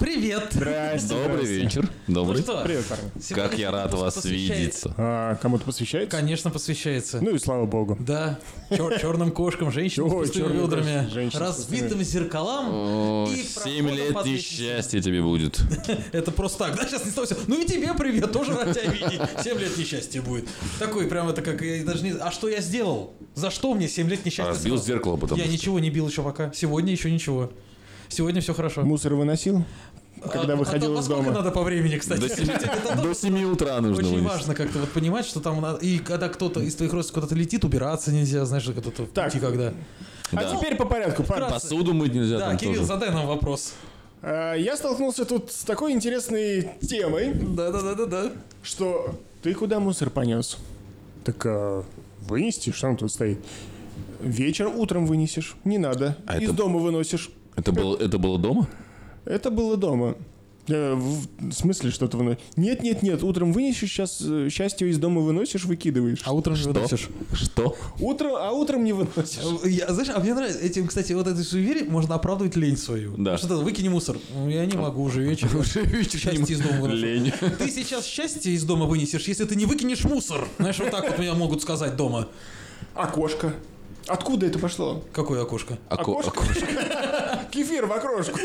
Привет! Ну Здрасте. Добрый вечер. Добрый. что? Привет, парни. Сегодня Как я рад выпуск вас посвящает- видеться. А, кому-то посвящается? Конечно, посвящается. Ну и слава богу. Да, черным кошкам, женщинам с Ой, пустыми чёрным кошкам, бедрами, женщинам с разбитым зеркалам. О, И проходом Семь под лет лестницей. несчастья тебе будет. Это просто так, да, сейчас не стой. Ну и тебе привет, тоже рад тебя видеть. Семь лет несчастья будет. Такой прям это как, я даже не... А что я сделал? За что мне семь лет несчастья? Разбил сразу? зеркало, потому Я что. ничего не бил еще пока. Сегодня еще ничего. Сегодня все хорошо. Мусор выносил, когда А- выходил а то- а из сколько дома? надо по времени, кстати? До семи- Это До 7 утра нужно Очень вынести. важно как-то вот понимать, что там надо- и когда кто-то из твоих родственников куда-то летит, убираться нельзя, знаешь, куда-то Так. идти когда. А Да. теперь по порядку, парни. Вкратце. Посуду мыть нельзя Да, там Кирилл, тоже. задай нам вопрос. А, Я столкнулся тут с такой интересной темой, Да, да, да, да, да. что ты куда мусор понес? Так а, вынести, что он тут стоит? Вечер утром вынесешь, не надо. А Из это- дома выносишь. Это было, это было дома? Это было дома. Э, В в смысле что-то выносишь? Нет, нет, нет, утром вынесешь, сейчас счастье из дома выносишь, выкидываешь. А утром же Что? Что? Утром, а утром не выносишь. Я, знаешь, а мне нравится, этим, кстати, вот этой суеверие можно оправдывать лень свою. Да. Что-то выкини мусор. Ну, Я не могу, уже вечер. Уже вечер. Счастье из дома выношу. Лень. Ты сейчас счастье из дома вынесешь, если ты не выкинешь мусор. Знаешь, вот так вот меня могут сказать дома. Окошко. Откуда это пошло? Какое окошко? Око- Окошко? око- Кефир в окрошку.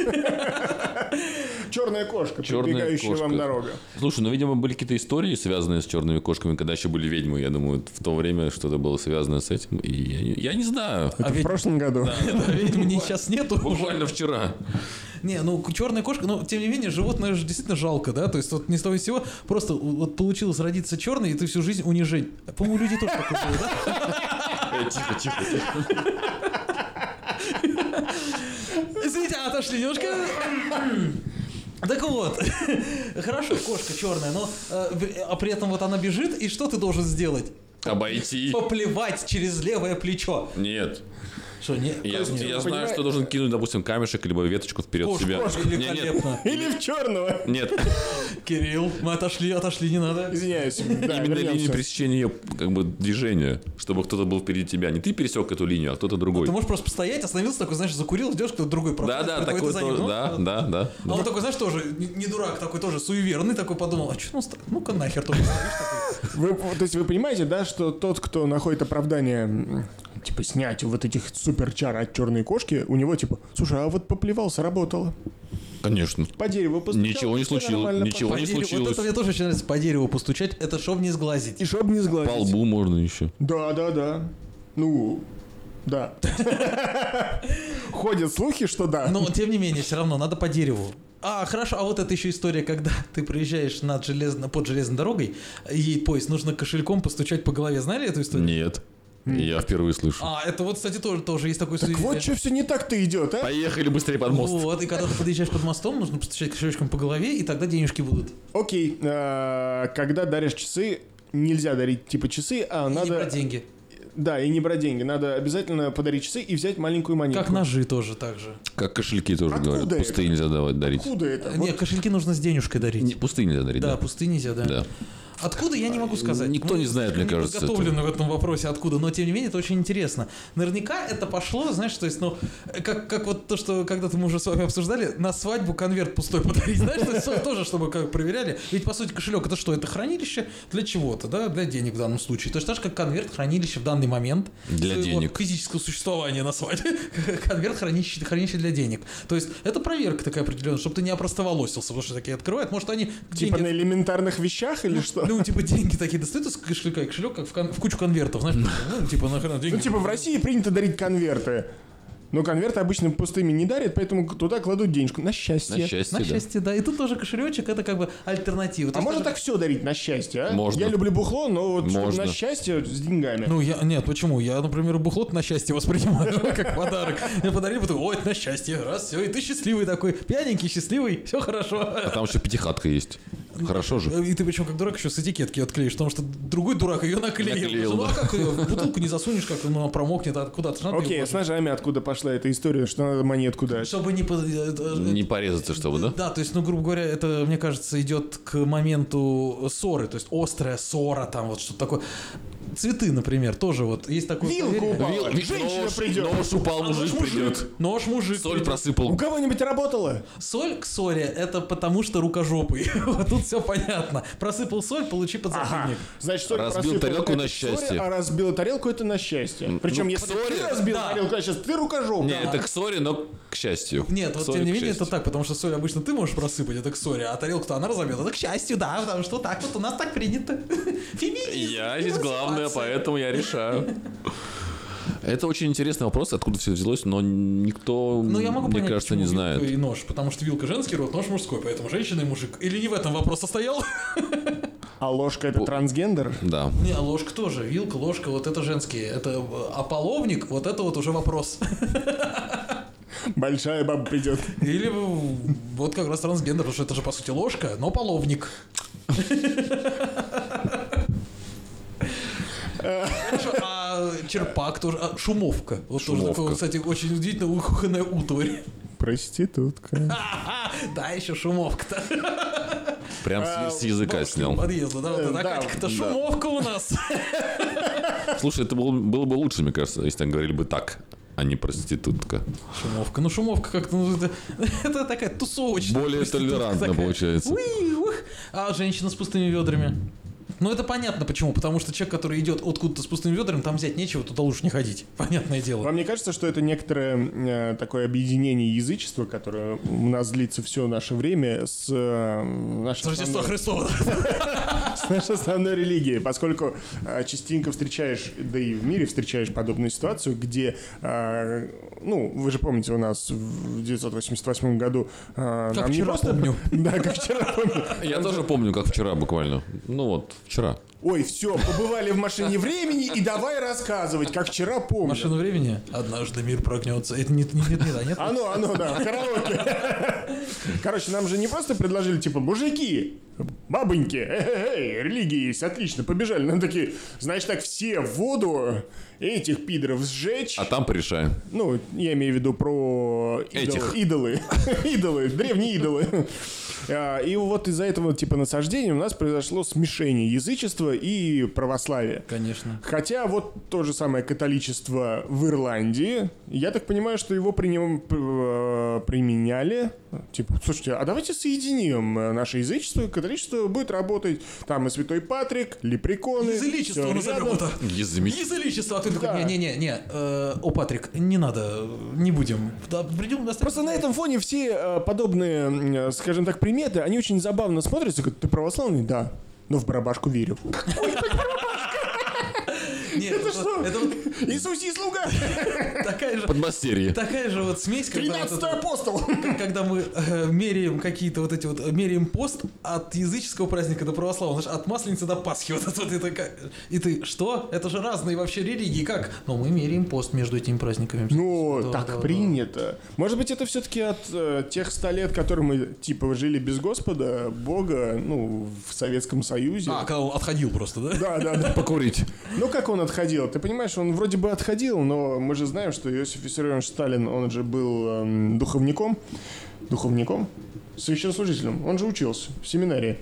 Черная кошка, Чёрная прибегающая кошка. вам дорога. Слушай, ну, видимо, были какие-то истории, связанные с черными кошками, когда еще были ведьмы. Я думаю, в то время что-то было связано с этим. И я, не- я не знаю. А ведь- а прошлом году. Да, ведьм не- сейчас нету. Буквально вчера. Не, ну черная кошка, но тем не менее, животное же действительно жалко, да? То есть вот ни с того ни с сего, просто у- вот получилось родиться черной, и ты всю жизнь унижень. По-моему, люди тоже так делают, да? Э, Тихо, тихо, тихо. Извините, а, отошли немножко. Так вот, хорошо, кошка черная, но э, в- а при этом вот она бежит, и что ты должен сделать? Обойти. Поплевать через левое плечо. Нет. Что, не? Я, не- я вы знаю, понимаете? что должен кинуть, допустим, камешек либо веточку вперед э, Кошка, себя. кошка, Не, нет, великолепно. Или в черного. Нет, Кирилл, мы отошли, отошли, не надо. Извиняюсь. да, именно линии вернемся. пересечения ее как бы движения, чтобы кто-то был впереди тебя. Не ты пересек эту линию, а кто-то другой. Ты можешь просто стоять, остановился такой, знаешь, закурил, идешь, кто-то другой проходит. Да, да, такой, ты такой за ним, тоже. ну, Да, да, да. А он такой, знаешь, тоже не не дурак, такой тоже суеверный, такой подумал, а что, ну-ка нахер тоже. Вы- То есть вы понимаете, да, что тот, кто находит оправдание м, типа снять вот этих суперчар от черной кошки, у него типа, слушай, а вот поплевался, работало. Конечно. По дереву постучал, Ничего не всё случилось, нормально ничего пошло». не Вот случилось. это мне тоже очень нравится, по дереву постучать, это шов не сглазить. И чтоб не сглазить. По лбу можно еще. Да, да, да. Ну, да. Ходят слухи, что да. Но, тем не менее, все равно, надо по дереву. А, хорошо, а вот это еще история, когда ты проезжаешь над железно, под железной дорогой, и поезд, нужно кошельком постучать по голове. Знали эту историю? Нет. Я впервые слышу. А, это вот, кстати, тоже, тоже есть такой Так суеверие. вот что все не так-то идет, а? Поехали быстрее под мост. Вот, и когда ты подъезжаешь под мостом, нужно постучать кошелечком по голове, и тогда денежки будут. Окей, э, когда даришь часы, нельзя дарить типа часы, а И не надо... брать деньги. Да, и не брать деньги. Надо обязательно подарить часы и взять маленькую монетку. Как ножи тоже так же. Как кошельки тоже Откуда говорят. это? Пустые нельзя давать дарить. Откуда это? Не, кошельки нужно с денежкой дарить. Не, Пустые нельзя дарить, Да, да. пустые нельзя, да. Да. Откуда, я не могу сказать. Никто не знает, мне кажется, Мы подготовлены в этом вопросе, откуда, но тем не менее это очень интересно. Наверняка это пошло, знаешь, то есть, ну, как, как вот то, что когда-то мы уже с вами обсуждали, на свадьбу конверт пустой подарить, знаешь, то есть, то- тоже, чтобы как проверяли. Ведь, по сути, кошелек это что? Это хранилище для чего-то, да, для денег в данном случае. То есть, так же, как конверт хранилище в данный момент. Для своего денег. физического существования на свадьбе. Конверт хранилище, хранилище для денег. То есть, это проверка такая определенная, чтобы ты не опростоволосился, потому что такие открывают. Может, они Типа деньги на элементарных вещах или что? ну, типа, деньги такие достают из кошелька, и кошелек как в, кон- в кучу конвертов, знаешь, ну, типа, нахрен деньги. Ну, типа в России принято дарить конверты. Но конверты обычно пустыми не дарят, поэтому туда кладут денежку. На счастье. На На счастье, да. счастье, да. И тут тоже кошелечек, это как бы альтернатива. То А есть можно даже- так все дарить на счастье, а? Можно. Я люблю бухло, но вот чтоб Можно. на счастье с деньгами. Ну, я, нет, почему? Я, например, бухлот на счастье воспринимаю как подарок. Я подарил, потом, ой, это на счастье, раз, все, и ты счастливый такой, пьяненький, счастливый, все А хорошо. там еще пятихатка есть. Ну, Хорошо же. И ты причем как дурак еще с этикетки отклеишь, потому что другой дурак ее наклеил. Наклеил, ну, а да. как ее в бутылку не засунешь, как она промокнет, а куда ты Окей, с ножами откуда пошла эта история, что надо монетку дать? Чтобы не... под- э, э, Не порезаться, чтобы, да? Да, то есть, ну, грубо говоря, это, мне кажется, идет к моменту ссоры, то есть острая ссора, там вот что-то такое. Цветы, например, тоже вот есть такое. Вилка поверье. упала. Вил- Вик, Женщина нож, придет. нож упал, мужик придет. Нож мужик. Соль У просыпал. кого-нибудь работало? Соль к соли это потому что рукожопый. вот тут все понятно. Просыпал соль, получи подзатыльник. Значит, соль Разбил просыпал тарелку это на к ссоре, счастье. ну, А разбил тарелку это на счастье. Причем к если ссоре- ты разбил Да. тарелку, сейчас ты рукожоп. Не, это к ссоре, но к счастью. Нет, К вот ссоре, тем не к менее это счастью. так, потому что соль обычно ты можешь просыпать, это к соли, а тарелку-то она разобьет. Это к счастью, да, потому что так вот у нас так принято. Феминизм. Я здесь главное, эмансипация. поэтому я решаю. Это очень интересный вопрос, откуда все взялось, но никто, Ну, я могу мне понять, кажется, почему не вилка знает. и нож, потому что вилка женский род, нож мужской, поэтому женщина и мужик. Или не в этом вопрос состоял? А ложка это трансгендер? Да. Не, а ложка тоже. Вилка, ложка, вот это женские. Это э, а половник, вот это вот уже вопрос. Большая баба придет. Или э, вот как раз трансгендер, потому что это же по сути ложка, но половник. Хорошо, а черпак тоже, а шумовка. Вот тоже Шумовка. такое, вот, кстати, очень удивительно кухонная утварь. А, Проститутка. Да, еще шумовка-то. Прям А, с- с языка снял. Подъезда, да, вот Э, это да, Катька-то да. шумовка у нас. Слушай, это было, было бы лучше, мне кажется, если они говорили бы так, а не проститутка. Шумовка. Ну, шумовка как-то... ну, это, это такая тусовочная. Более проститутка толерантно такая. получается. Уи, ух. А женщина с пустыми ведрами? Ну, это понятно почему. Потому что человек, который идет откуда-то с пустыми ведрами, там взять нечего, туда лучше не ходить. Понятное дело. Вам не кажется, что это некоторое э, такое объединение язычества, которое у нас длится все наше время с, э, нашей, Рождество основной, Христово. с нашей основной религией? Поскольку э, частенько встречаешь, да и в мире встречаешь подобную ситуацию, где, э, ну, вы же помните, у нас в 1988 году... э, Как нам не вчера просто- помню. Да, как вчера помню. а Я тоже помню, как вчера буквально. Ну вот, вчера. Ой, все, побывали в машине времени и давай рассказывать, как вчера помню. Машину времени. Однажды мир прогнется. Это нет, нет, нет, нет, нет. Оно, оно, да, в караоке. Короче, нам же не просто предложили, типа, мужики, бабоньки, эй, религия есть, отлично, побежали. Нам такие, значит так, все в воду, этих пидоров сжечь. А там порешаем. Ну, я имею в виду про идол- Этих. идолы. Идолы, древние идолы. А, И вот из-за этого типа насаждения у нас произошло смешение язычества и православия. Конечно. Хотя вот то же самое католичество в Ирландии, я так понимаю, что его приним- п- э, применяли. Типа, слушайте, а давайте соединим э, наше язычество, католичество будет работать. Там и Святой Патрик, лепреконы. Язычество всё назовем рядом. это. Языми. Язычество. А ты Да. такой, не-не-не, э, о, Патрик, не надо, не будем. Да, придем, Просто на этом фоне все э, подобные, м, э, скажем так, приметы, они очень забавно смотрятся. Говорят, ты православный? Да. Но в барабашку верю. Нет, это, что? это вот Иисус и слуга! такая же... Подмастерье. Такая же вот смесь, когда, вот 13 это- апостол! когда мы э, меряем какие-то вот эти вот, э, меряем пост от языческого праздника до православного, знаешь, от Масленицы до Пасхи, вот это вот, и, и ты, что? Это же разные вообще религии, как? Но мы меряем пост между этими праздниками. Ну, Да, так да, да. принято. Может быть, это все-таки от э, тех ста лет, которые мы, типа, жили без Господа, Бога, ну, в Советском Союзе. А, когда он отходил просто, да? Да, да, да. Покурить. Ну, как он отходил? Ты понимаешь, он вроде бы отходил, но мы же знаем, что Иосиф Виссарионович Сталин, он же был эм, духовником, духовником, священнослужителем. Он же учился в семинарии.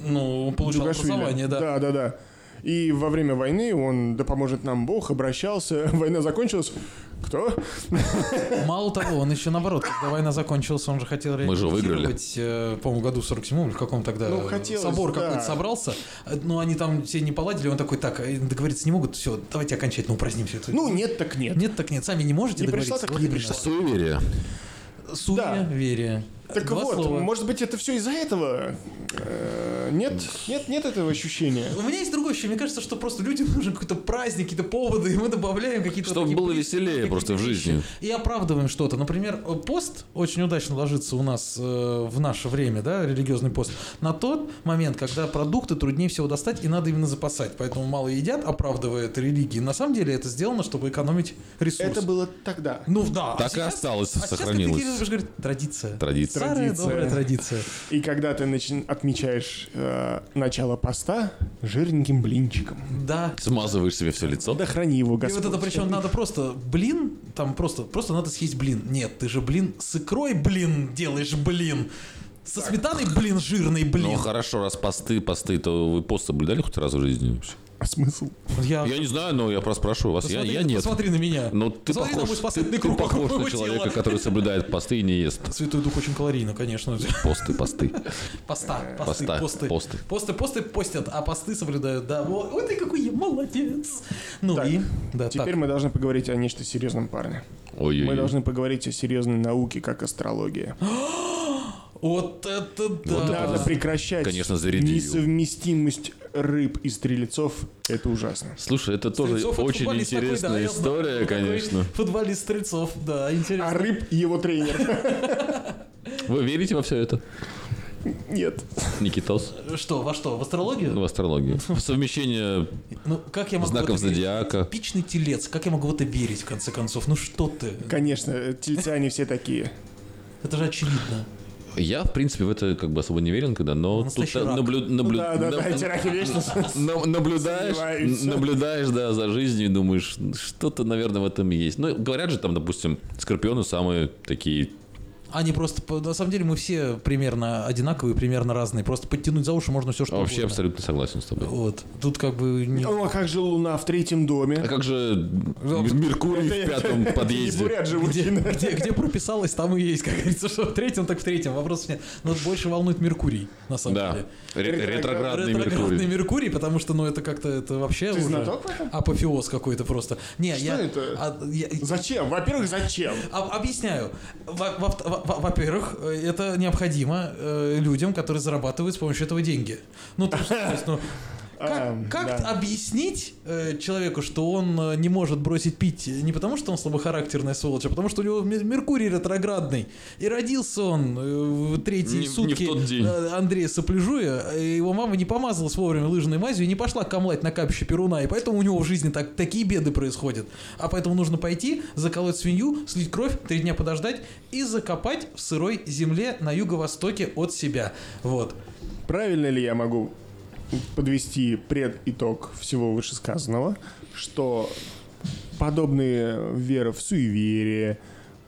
Ну, он получил Джугашвили. образование, да. Да, да, да. И во время войны он, да поможет нам Бог, обращался, война закончилась. Кто? Мало того, он еще наоборот, когда война закончилась, он же хотел Мы же выиграли. реабилитировать, э, по-моему, году 47 или в каком тогда Ну, э, хотелось, собор да. какой-то собрался, э, но они там все не поладили, он такой, так, э, договориться не могут, все, давайте окончательно упраздним все это. Ну, нет, так нет. Нет, так нет, сами не можете Не договориться. пришла, так вот не и пришла. Суеверие. Судья, Да. верия. Так Два вот, слова. может быть, это все из-за этого? Э, Нет, нет, нет этого ощущения. У меня есть другое ощущение. Мне кажется, что просто людям нужен какой-то праздник, какие-то поводы, и мы добавляем какие-то... Чтобы такие было признаки, веселее просто в какие-то жизни. вещи. И оправдываем что-то. Например, э, пост очень удачно ложится у нас э, в наше время, да, религиозный пост, на тот момент, когда продукты труднее всего достать, и надо именно запасать. Поэтому мало едят, оправдывая это религии. На самом деле это сделано, чтобы экономить ресурсы. Это было тогда. Ну да. Так и осталось, а сейчас, как ты, сохранилось. Кирилл, любишь говорить, традиция. Традиция. Старая Традиция. добрая традиция. И когда ты начи- отмечаешь э, начало поста жирненьким блинчиком. Да, Смазываешь себе все лицо. Да храни его, И Господь. вот это причем надо просто блин, там просто, просто надо съесть блин. Нет, ты же блин с икрой блин делаешь блин. Со сметаной блин жирный блин. Ну хорошо, раз посты, посты, то вы пост соблюдали хоть раз в жизни вообще? А смысл? Я, Я не знаю, но я просто спрашиваю вас. Я, посмотри, я ты нет. посмотри на меня. Но ты Посмотри на мой похож, ты, спасательный ты круг похож вокруг на моего человека, тела. который соблюдает посты и не ест. Святой Дух очень калорийно, конечно. Посты, посты. Поста, Э, посты, Поста, посты. посты. Посты, посты постят, а посты соблюдают, да. Вот, ой, ты какой я молодец. Ну Так, и, да, Теперь мы должны поговорить о нечто серьезном парне. Мы Ой-ой-ой. должны поговорить о серьезной науке, как астрология. так. Вот это да. Надо прекращать Конечно, зарядил. несовместимость рыб и стрельцов. Это ужасно. Слушай, это тоже Стрельцов, это очень футболист такой, да, интересная я знаю, история, такой конечно. Футболист Стрельцов, да, интересно. А рыб и его тренер. Вы верите во все это? Нет. Никитос? Ну, Что, во что, в астрологию? В астрологию. В Совмещение Ну, как я могу... в знаков это верить? зодиака. Типичный телец. Как я могу в это верить, в конце концов? Ну что ты? Конечно, э, тельцы они все такие. Это же очевидно. Я, в принципе, в это как бы особо не верен, когда, но тут Настоящий та- рак. наблю- Ну наблю- Да, да, да, наб- эти раки вечно. с- на- наблюдаешь, Сомневаюсь. наблюдаешь, да, за жизнью и думаешь, что-то, наверное, в этом есть. Ну, говорят же там, допустим, скорпионы самые такие... Они просто... по- На самом деле мы все примерно одинаковые, примерно разные. Просто подтянуть за уши можно все, что Вообще угодно. абсолютно согласен с тобой. Вот. Тут как бы... не- О, а как же Луна в третьем А доме? как же Ну, Меркурий в пятом Не подъезде? бурят Где, живущие. где- где прописалось, там и есть, как говорится, что в третьем, так в третьем. Вопрос нет. Но больше волнует Меркурий, на самом Да, деле. Ре- ретроградный Ретроградный Меркурий. Меркурий, потому что, ну, это как-то, это вообще Ты уже знаток в этом? апофеоз какой-то просто. Не, Что я, это? а, я- Зачем? Во-первых, зачем? А- Объясняю. Во- во- во- во- Во-первых, э, это необходимо э, людям, которые зарабатывают с помощью этого деньги. Ну, то есть, то есть, ну, А, как, как да. объяснить э, человеку, что он э, не может бросить пить не потому, что он слабохарактерная сволочь, а потому, что у него Мер- Меркурий ретроградный. И родился он э, в третьи Не- не в сутки тот день. э, Андрея Сопляжуя, э, его мама не помазалась вовремя лыжной мазью и не пошла камлать на капище Перуна, и поэтому у него в жизни так, такие беды происходят. А поэтому нужно пойти, заколоть свинью, слить кровь, три дня подождать и закопать в сырой земле на юго-востоке от себя. Вот. Правильно ли я могу подвести предитог всего вышесказанного, что подобные вера в суеверие,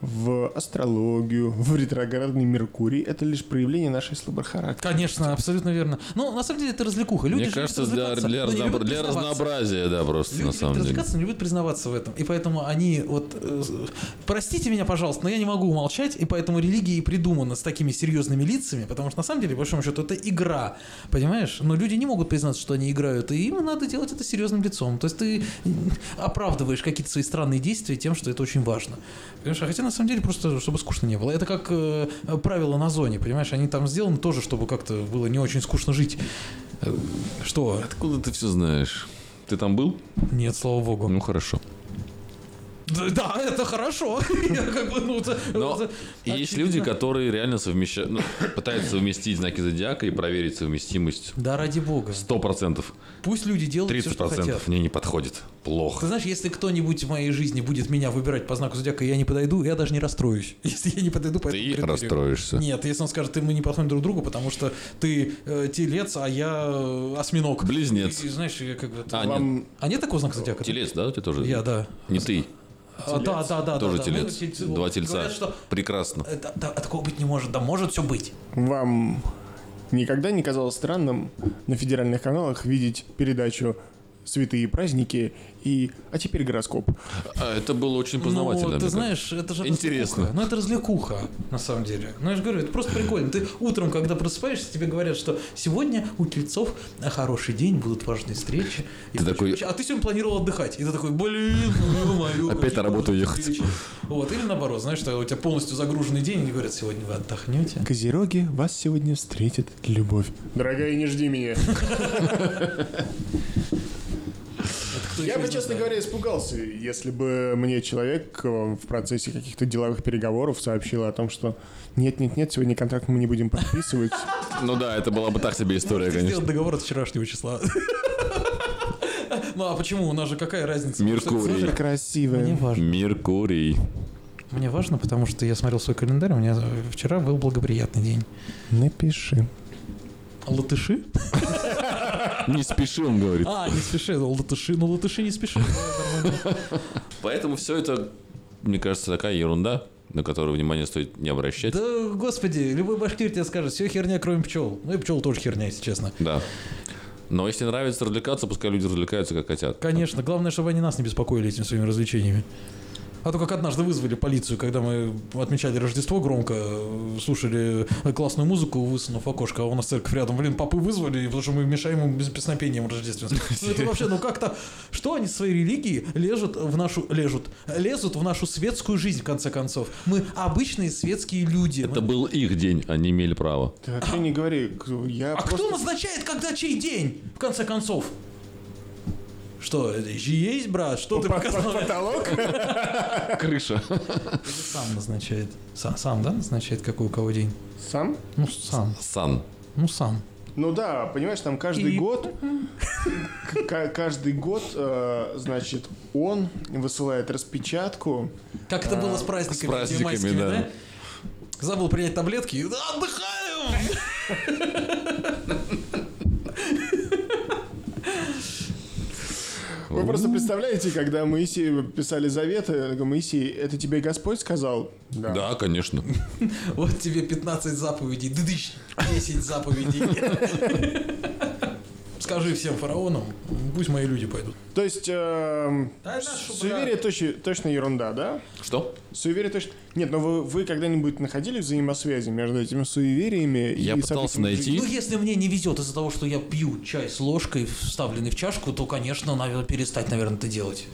в астрологию, в ретроградный Меркурий — это лишь проявление нашей слабохарактерности. Конечно, абсолютно верно. Ну, на самом деле, это развлекуха. Люди Мне же любят кажется, для, развлекаться, для, но не разноб- любят для признаваться. разнообразия, да, просто Люди на любят самом деле. развлекаться, но не любят признаваться в этом. И поэтому они вот... э, простите меня, пожалуйста, но я не могу умолчать, и поэтому религия и придумана с такими серьезными лицами, потому что на самом деле, по большому счету, это игра, понимаешь? Но люди не могут признаться, что они играют, и им надо делать это серьезным лицом. То есть ты оправдываешь какие-то свои странные действия тем, что это очень важно. Понимаешь? А хотя на самом деле просто, чтобы скучно не было. Это как э, правила на зоне, понимаешь? Они там сделаны тоже, чтобы как-то было не очень скучно жить. Э, Что? Откуда ты все знаешь? Ты там был? Нет, слава богу. Ну хорошо. Да, да, это хорошо. Я как бы, ну, это- Но это есть очевидно. люди, которые реально совмещают, ну, пытаются совместить знаки зодиака и проверить совместимость Да, ради бога. 100%. Пусть люди делают все, что хотят. 30% мне не подходит. Ты Плохо. знаешь, если кто-нибудь в моей жизни будет меня выбирать по знаку зодиака, и я не подойду, я даже не расстроюсь. Если я не подойду по этому Ты критерию. расстроишься. Нет, если он скажет, ты мы не подходим друг другу, потому что ты э, телец, а я э, осьминог. Близнец. И, знаешь, я как бы... А, А, нет. Вам нет такого знака зодиака? Телец, да, ты тоже? Я, да. Не ты, А, да, да, да. тоже да, да. Мы телец. тельцы, Два вот, тельца. Говорят, что Прекрасно. э, да, да, такого быть не может. Да может все быть. Вам никогда не казалось странным на федеральных каналах видеть передачу «Святые праздники» и «А теперь гороскоп». А, это было очень Ну, познавательно. ты мне знаешь, это же Интересно. развлекуха. Ну, это развлекуха, на самом деле. Ну, я же говорю, это просто прикольно. Ты утром, когда просыпаешься, тебе говорят, что сегодня у тельцов хороший день, будут важные встречи. И Ты такой- А ты сегодня планировал отдыхать. И ты такой, блин, ну, мою, Опять на работу какие ехать. встречи». Вот, или наоборот, знаешь, что у тебя полностью загруженный день, и они говорят, сегодня вы отдохнете. Козероги, вас сегодня встретит любовь. Дорогая, не жди меня. Я бы, честно говоря, испугался, если бы мне человек э, в процессе каких-то деловых переговоров сообщил о том, что нет-нет-нет, сегодня контракт мы не будем подписывать. кажется. Ну да, это была бы так себе история, Ты сделал конечно. договор от вчерашнего числа. Ну а почему? У нас же какая разница? Меркурий. Это Мне красивое. важно. Меркурий. Мне важно, потому что я смотрел свой календарь, у меня э, вчера был благоприятный день. Напиши. Латыши? Не спеши, он говорит. А, не спеши, ну, латыши. Ну, латыши не спеши. Поэтому все это, мне кажется, такая ерунда, на которую внимание стоит не обращать. Да, господи, любой башкир тебе скажет, все херня, кроме пчел. Ну и пчел тоже херня, если честно. Да. Но если нравится развлекаться, пускай люди развлекаются, как хотят. Конечно, главное, чтобы они нас не беспокоили этими своими развлечениями. А то как однажды вызвали полицию, когда мы отмечали Рождество громко, э, слушали классную музыку, высунув окошко, а у нас церковь рядом, блин, попы вызвали, потому что мы мешаем им без- песнопением рождественским. Ну это вообще, ну как-то, что они своей религии лезут в нашу, лежут, лезут в нашу светскую жизнь, в конце концов. Мы обычные светские люди. Это Мы- был их день, они имели право. Ты вообще не говори, к- я А просто... кто назначает, когда чей день, в конце концов? Что, это еще есть, брат? Что ты По- по- показал? Потолок? Крыша. Сам назначает. Сам, сам, да, назначает, какой у кого день? Сам? Ну, сам. Сан. Ну, сам. Ну да, понимаешь, там каждый И- год, к- каждый год, э, значит, он высылает распечатку. Как это было с праздниками, с праздниками, майскими, да. да? Забыл принять таблетки и отдыхаю! Вы просто представляете, когда Моисей э, писали заветы, э, Моисей, это тебе Господь сказал? Да, конечно. Вот тебе 15 заповедей, дыдыщ, 10 заповедей. Скажи всем фараонам, пусть мои люди пойдут. То есть, эм, Да, это ж, суеверие точ- точно ерунда, да? Что? Суеверие точно... Нет, но вы, вы когда-нибудь находили взаимосвязи между этими суевериями Я и... пытался соответственно, найти. жизнью? Ну, если мне не везет из-за того, что я пью чай с ложкой, вставленный в чашку, то, конечно, надо перестать, наверное, это делать.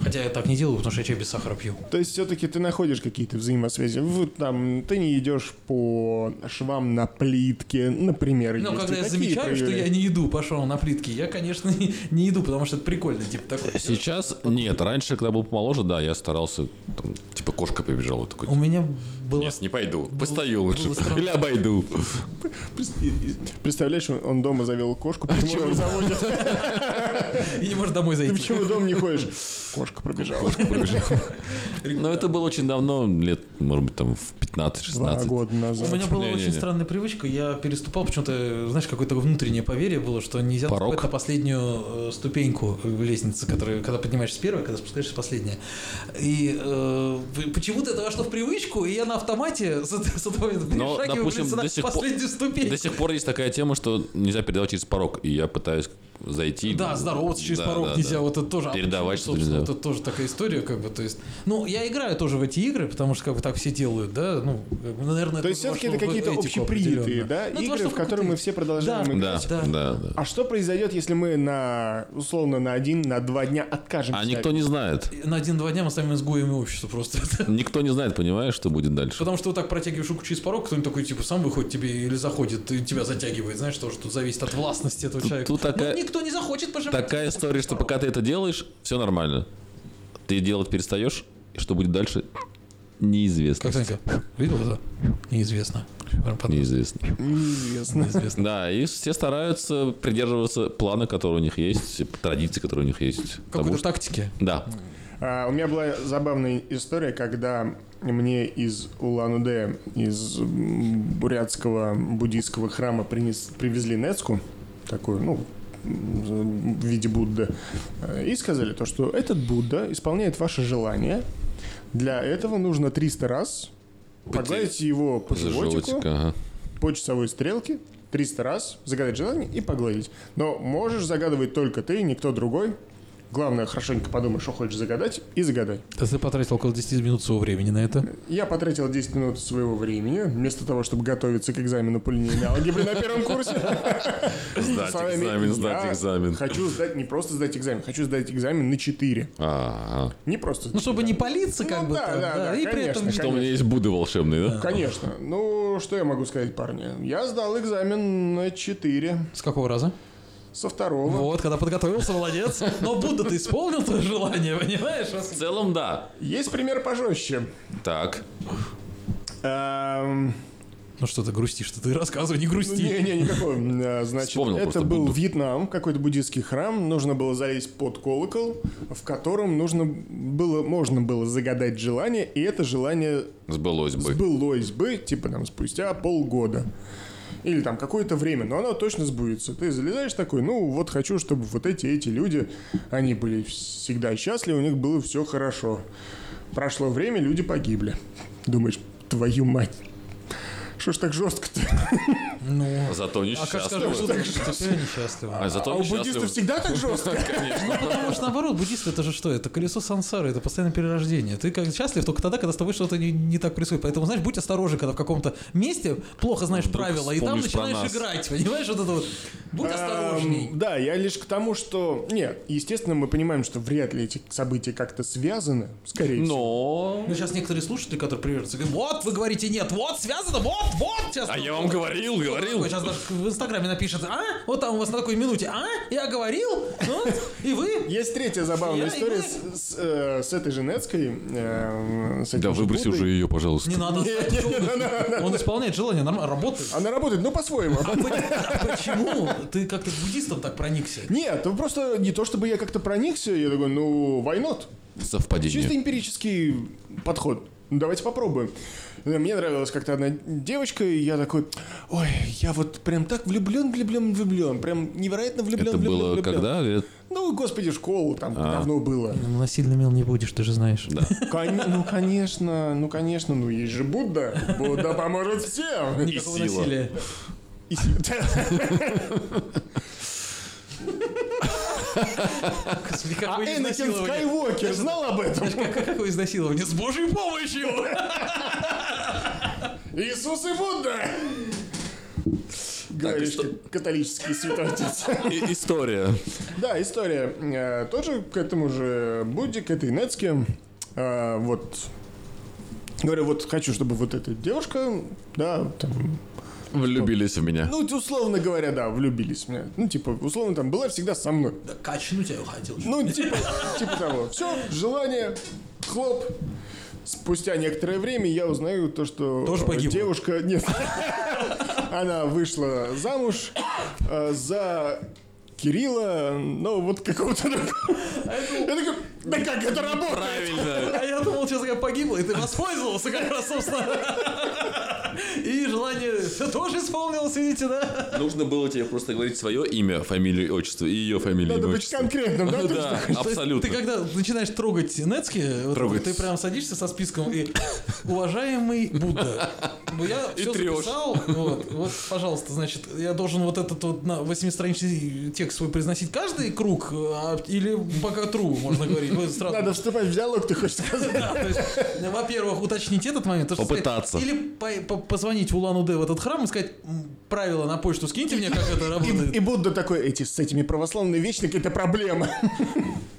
Хотя я так не делаю, потому что я чай без сахара пью. То есть все-таки ты находишь какие-то взаимосвязи. Вот там ты не идешь по швам на плитке, например. Ну, есть когда и я такие замечаю, что проявления. я не иду, пошел на плитки, я, конечно, не, не иду, потому что это прикольно, типа такой. Сейчас нет. Раньше, когда был помоложе, да, я старался. там, типа кошка побежала такой. У меня было... Нет, не пойду. Постою было лучше. странно. Или обойду. Представляешь, он- он дома завел кошку, А почему его заводят? И не можешь домой Ты зайти. почему в дом не ходишь? Кошка пробежала. Кошка побежала. Но это было очень давно, лет, может быть, там в Два 15-16. года У назад. меня была Не-не-не. очень странная привычка, я переступал почему-то, знаешь, какое-то внутреннее поверье было, что нельзя Порог? наступать на последнюю э, ступеньку в лестнице, которую, когда поднимаешься с первой, когда спускаешься с последней. И э, вы- почему-то это вошло в привычку, и я на автомате с, с этого Но, перешагиваю допустим, блин, до на сих пор- последнюю ступеньку. До сих пор есть такая тема, что нельзя передавать через порог. И я пытаюсь зайти. Да, здороваться через Да, порог да, нельзя, да. вот это тоже. а Передавать почему, что-то собственно, нельзя. Это тоже такая история, как бы, то есть. Ну, я играю тоже в эти игры, потому что как бы так все делают, да, ну, как бы, наверное. То есть тоже все-таки это вошло в какие-то этику общепринятые, определенно. да, Ну, это игры, вошло в в которые мы какую-то- все продолжаем Да. играть. Да, Да. да, да. А что произойдет, если мы на, условно, на один, на два дня откажемся? А никто не знает. На один-два дня мы станем изгоями общества просто. Никто не знает, понимаешь, что будет дальше. Потому что вот так протягиваешь руку через порог, кто-нибудь такой, типа, сам выходит тебе или заходит, и тебя затягивает, знаешь, тоже тут зависит от властности этого Тут- человека. тут такая- Ну, никто не захочет пожимать. Такая история, что пока ты это делаешь, все нормально. Ты делать перестаешь, и что будет дальше, неизвестно. Как Санька, видел это? Неизвестно. Прям под- Неизвестно. Неизвестно. Неизвестно. Да, и все стараются придерживаться плана, который у них есть, традиции, которые у них есть. Потому Какой-то что... тактики. Да. А, У меня была забавная история, когда мне из Улан-Удэ, из м, бурятского буддийского храма принес, привезли нецку, такую, ну, м, в виде Будды, э, и сказали то, что этот Будда исполняет ваше желание. Для этого нужно 300 раз погладить его по За животику, животик, ага. по часовой стрелке 300 раз, загадать желание и погладить. Но можешь загадывать только ты, никто другой. Главное, хорошенько подумай, что хочешь загадать, и загадай. Да Ты потратил около 10 минут своего времени на это. Я потратил 10 минут своего времени, вместо того, чтобы готовиться к экзамену по линейной алгебре на первом курсе. Сдать Словами, экзамен, я сдать экзамен. Хочу сдать, не просто сдать экзамен, хочу сдать экзамен на 4. А, Ага. Не просто. Ну, чтобы не палиться, как Ну, бы да, там, да, да, да, и при этом... конечно. Что у меня есть Будды волшебные, да? Конечно. Ну, что я могу сказать, парни? Я сдал экзамен на 4 С какого раза? со второго. Вот, когда подготовился, молодец. Но Будда, ты исполнил твое желание, понимаешь? В целом, да. Есть пример пожестче. Так. Эм, Ну что ты грустишь, что ты рассказывай, не грусти. Ну, Не, не, никакой. Э, Значит, Вспомнил это просто был Будду. Вьетнам, какой-то буддийский храм. Нужно было залезть под колокол, в котором нужно было, можно было загадать желание, и это желание Сбылось бы. сбылось бы, типа там спустя полгода. Или там какое-то время, но оно точно сбудется. Ты залезаешь такой, ну вот хочу, чтобы вот эти эти люди, они были всегда счастливы, у них было все хорошо. Прошло время, люди погибли. Думаешь, твою мать, что ж так жестко-то? Ну, Зато а как несчастливы. скажешь, что все несчастливы. А зато А у буддистов несчастливы. всегда так жестко? Конечно. Потому что наоборот, буддисты это же что? Это колесо сансары, это постоянное перерождение. Ты как счастлив только тогда, когда с тобой что-то не, не так происходит. Поэтому, знаешь, будь осторожен, когда в каком-то месте плохо знаешь Вдруг правила, и там вспомнишь про начинаешь нас. играть. Понимаешь, вот это вот. Будь Эм, осторожней. Да, я лишь к тому, что... Не, естественно, мы понимаем, что вряд ли эти события как-то связаны, скорее всего. Но... Ну, сейчас некоторые слушатели, которые приверженцы, говорят, вот, вы говорите нет, вот, связано, вот, вот, сейчас. А я вам говорил, говорил. Сейчас даже в Инстаграме напишет, а, вот там у вас на такой минуте, а, я говорил, ну, и вы. Есть третья забавная Я история играю. с, с, э, с этой Женецкой. э, с этим Да же выброси Буддой. уже ее, пожалуйста. Не надо. Не, не, не, не, не, Он исполняет желание, нормально, работает. Она работает, ну, по-своему. А по- а почему ты как-то к буддистам так проникся? Нет, ну просто не то, чтобы я как-то проникся, я такой, ну, why not? Чисто Совпадение. эмпирический подход. Ну, Давайте попробуем. Э, Мне нравилась как-то одна девочка, и я такой, ой, я вот прям так влюблен, влюблен, влюблен, прям невероятно влюблен, Это влюблен, было влюблен. когда? А. Лет- Ну, господи, школу там давно было. Насильно ну, мил не будешь, ты же знаешь. Да. Кон- Ну, конечно, ну, конечно, ну, есть же Будда. Будда поможет всем. Никакого сила. насилия. И с- Господи, А какое Энакин изнасилование. Скайуокер знал об этом? Как- как- Какое изнасилование? С божьей помощью! Иисус и Будда! Говоришь, что- как католический святой отец. И- История. Да, история. э, Тоже к этому же Будде, к этой Нецке. э, Вот. Говорю, вот хочу, чтобы вот эта девушка, да, там, Влюбились в меня. ну, условно говоря, да, влюбились в меня. Ну, типа, условно, там, была всегда со мной. Да качну тебя хотел. Ну, типа, типа того. Все, желание, хлоп. Спустя некоторое время я узнаю то, что Тоже э, погибла? девушка... Нет. Она вышла замуж э, за Кирилла, ну, вот какого-то другого. Я такой, да как это работает? Правильно. А я думал, сейчас я погибла, и ты воспользовался как раз, собственно. И желание всё тоже исполнилось, видите, да? Нужно было тебе просто говорить свое имя, фамилию, и отчество и ее фамилию. Надо имя, быть отчество. конкретным, да? ты Да, что? То есть абсолютно. Ты когда начинаешь трогать Нецки, вот Трогать. ты прям садишься со списком и «Уважаемый Будда, ну я И все трёшь. записал, вот, вот, пожалуйста, значит, я должен вот этот вот на 8-страничный текст свой произносить каждый круг, а, или пока тру, можно говорить, вы сразу- Надо вступать в диалог, ты хочешь сказать? Да, то есть, э, во-первых, уточнить этот момент. то, что сказать, Попытаться. или по- по- позвонить в Улан-Удэ в этот храм и сказать, «М, правила на почту скиньте мне, как это И, и работает. Будда такой, эти с этими православными вечно какие-то проблемы.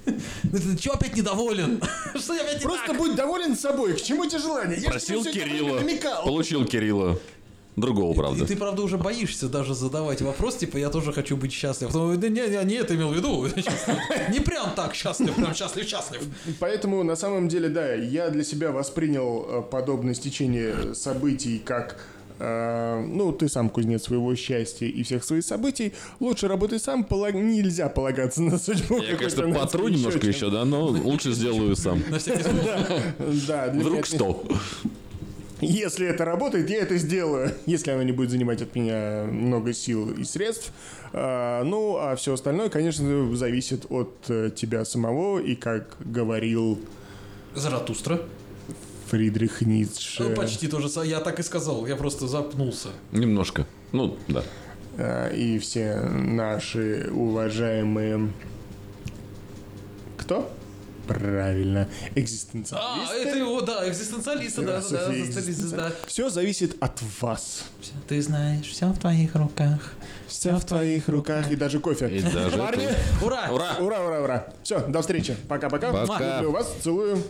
Ну, Ты чего опять недоволен? Что я опять не Просто так? будь доволен собой, к чему те желания? Я ж тебе Просил всё это время Кирилла. намекал. Получил Кирилла. Другого, И правда. ты, правда, уже боишься даже задавать вопрос, типа, я тоже хочу быть счастлив. Потом, да не, я не это имел в виду. Не прям так счастлив, прям счастлив, счастлив. Поэтому, на самом деле, да, я для себя воспринял э, подобное стечение э, событий как э, ну, ты сам кузнец своего счастья и всех своих событий. Лучше работай сам, полаг- нельзя полагаться на судьбу. Я, конечно, какой-то потру нации, немножко еще, да, но лучше сделаю сам. На всякий случай. чем- Да, для меня Вдруг это- что? Если это работает, я это сделаю. Если оно не будет занимать от меня много сил и средств. А, ну, а все остальное, конечно, зависит от э, тебя самого. И как говорил Заратустра. Фридрих Ницше. Ну, Почти то же самое. Я так и сказал, я просто запнулся. Немножко. Ну, да. А, и все наши уважаемые... Кто? Правильно, А, это экзистенциалисты. его, да, экзистенциалисты, да, да, да, экзистенциалисты, да. Все зависит от вас. Ты знаешь, все в твоих руках. Все в твоих руках и даже кофе. И даже Парни, это- Ура! Ура! ура, ура, ура. Все, до встречи. Пока-пока. Пока. Люблю вас, целую.